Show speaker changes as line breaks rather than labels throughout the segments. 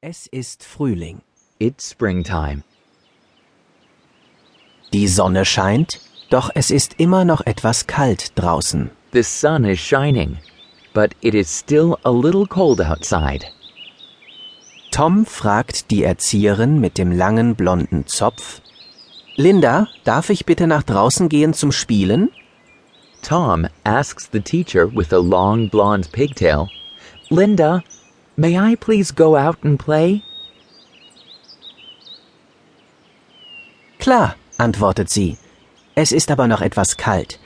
Es ist Frühling.
It's springtime.
Die Sonne scheint, doch es ist immer noch etwas kalt draußen.
The sun is shining, but it is still a little cold outside.
Tom fragt die Erzieherin mit dem langen blonden Zopf. Linda, darf ich bitte nach draußen gehen zum Spielen?
Tom asks the teacher with a long blonde pigtail, Linda, may I please go out and play?
Klar, antwortet sie. Es ist aber noch etwas kalt.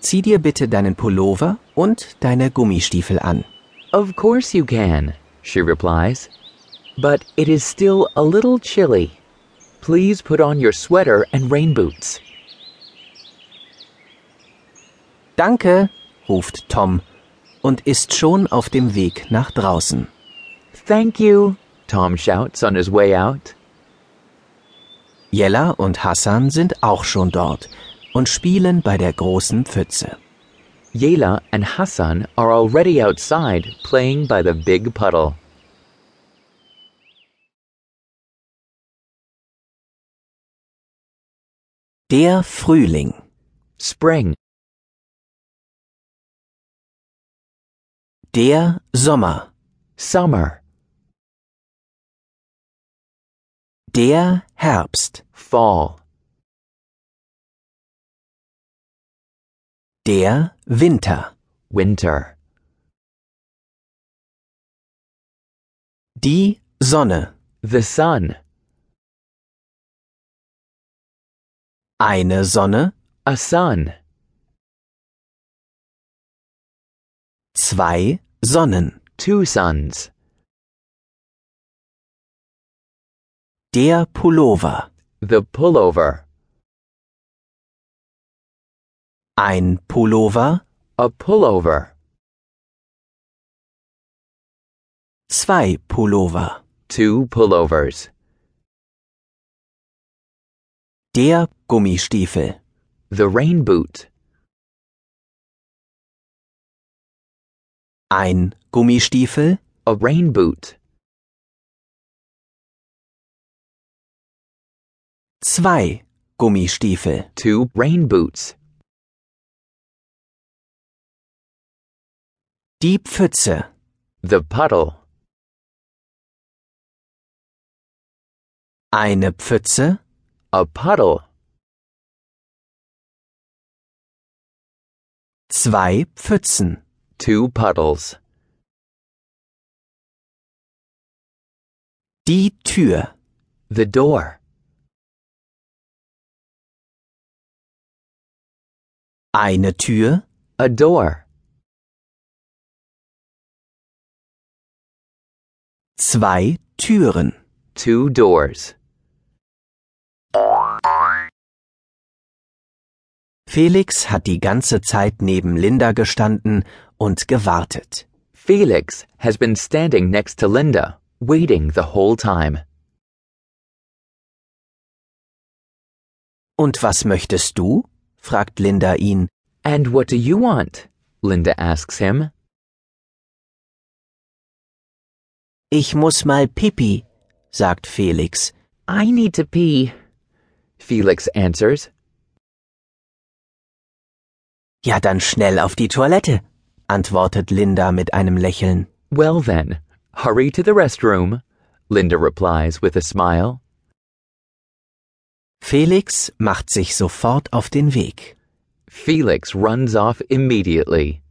Zieh dir bitte deinen Pullover und deine Gummistiefel an.
Of course you can, she replies. But it is still a little chilly. Please put on your sweater and rain boots.
Danke, ruft Tom und ist schon auf dem Weg nach draußen.
Thank you, Tom shouts on his way out.
Jella und Hassan sind auch schon dort und spielen bei der großen Pfütze.
Yela and Hassan are already outside playing by the big puddle.
Der Frühling.
Spring,
Der Sommer.
summer,
Der Herbst.
fall,
Der Winter.
winter,
Die Sonne.
the sun,
Eine Sonne.
a sun,
Zwei Sonnen.
two suns,
Der Pullover.
the pullover,
Ein Pullover.
a pullover,
Zwei Pullover.
two pullovers,
Der Gummistiefel.
the rain boot,
Ein Gummistiefel.
a rain boot,
Zwei Gummistiefel.
two rain boots,
Die Pfütze.
the puddle,
Eine Pfütze.
a puddle,
Zwei Pfützen.
two puddles,
Die Tür.
the door,
Eine Tür.
a door,
Zwei Türen.
two doors.
Felix hat die ganze Zeit neben Linda gestanden und gewartet.
Felix has been standing next to Linda, waiting the whole time.
Und was möchtest du? fragt Linda ihn.
And what do you want? Linda asks him.
Ich muss mal Pipi, sagt Felix.
I need to pee. Felix answers.
Ja, dann schnell auf die Toilette, antwortet Linda mit einem Lächeln.
Well then, hurry to the restroom, Linda replies with a smile.
Felix macht sich sofort auf den Weg.
Felix runs off immediately.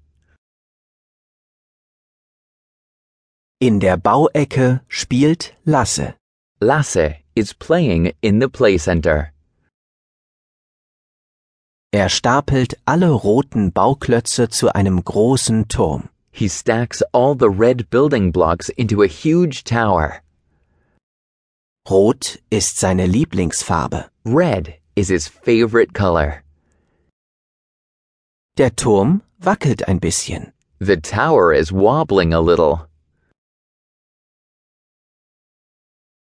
In der Bauecke spielt Lasse.
Lasse is playing in the play center.
Er stapelt alle roten Bauklötze zu einem großen Turm.
He stacks all the red building blocks into a huge tower.
Rot ist seine Lieblingsfarbe.
Red is his favorite color.
Der Turm wackelt ein bisschen.
The tower is wobbling a little.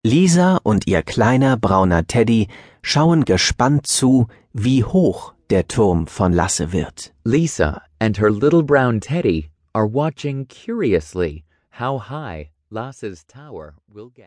Lisa und ihr kleiner brauner Teddy schauen gespannt zu, wie hoch der Turm von Lasse wird.
Lisa and her little brown teddy are watching curiously how high Lasse's tower will get.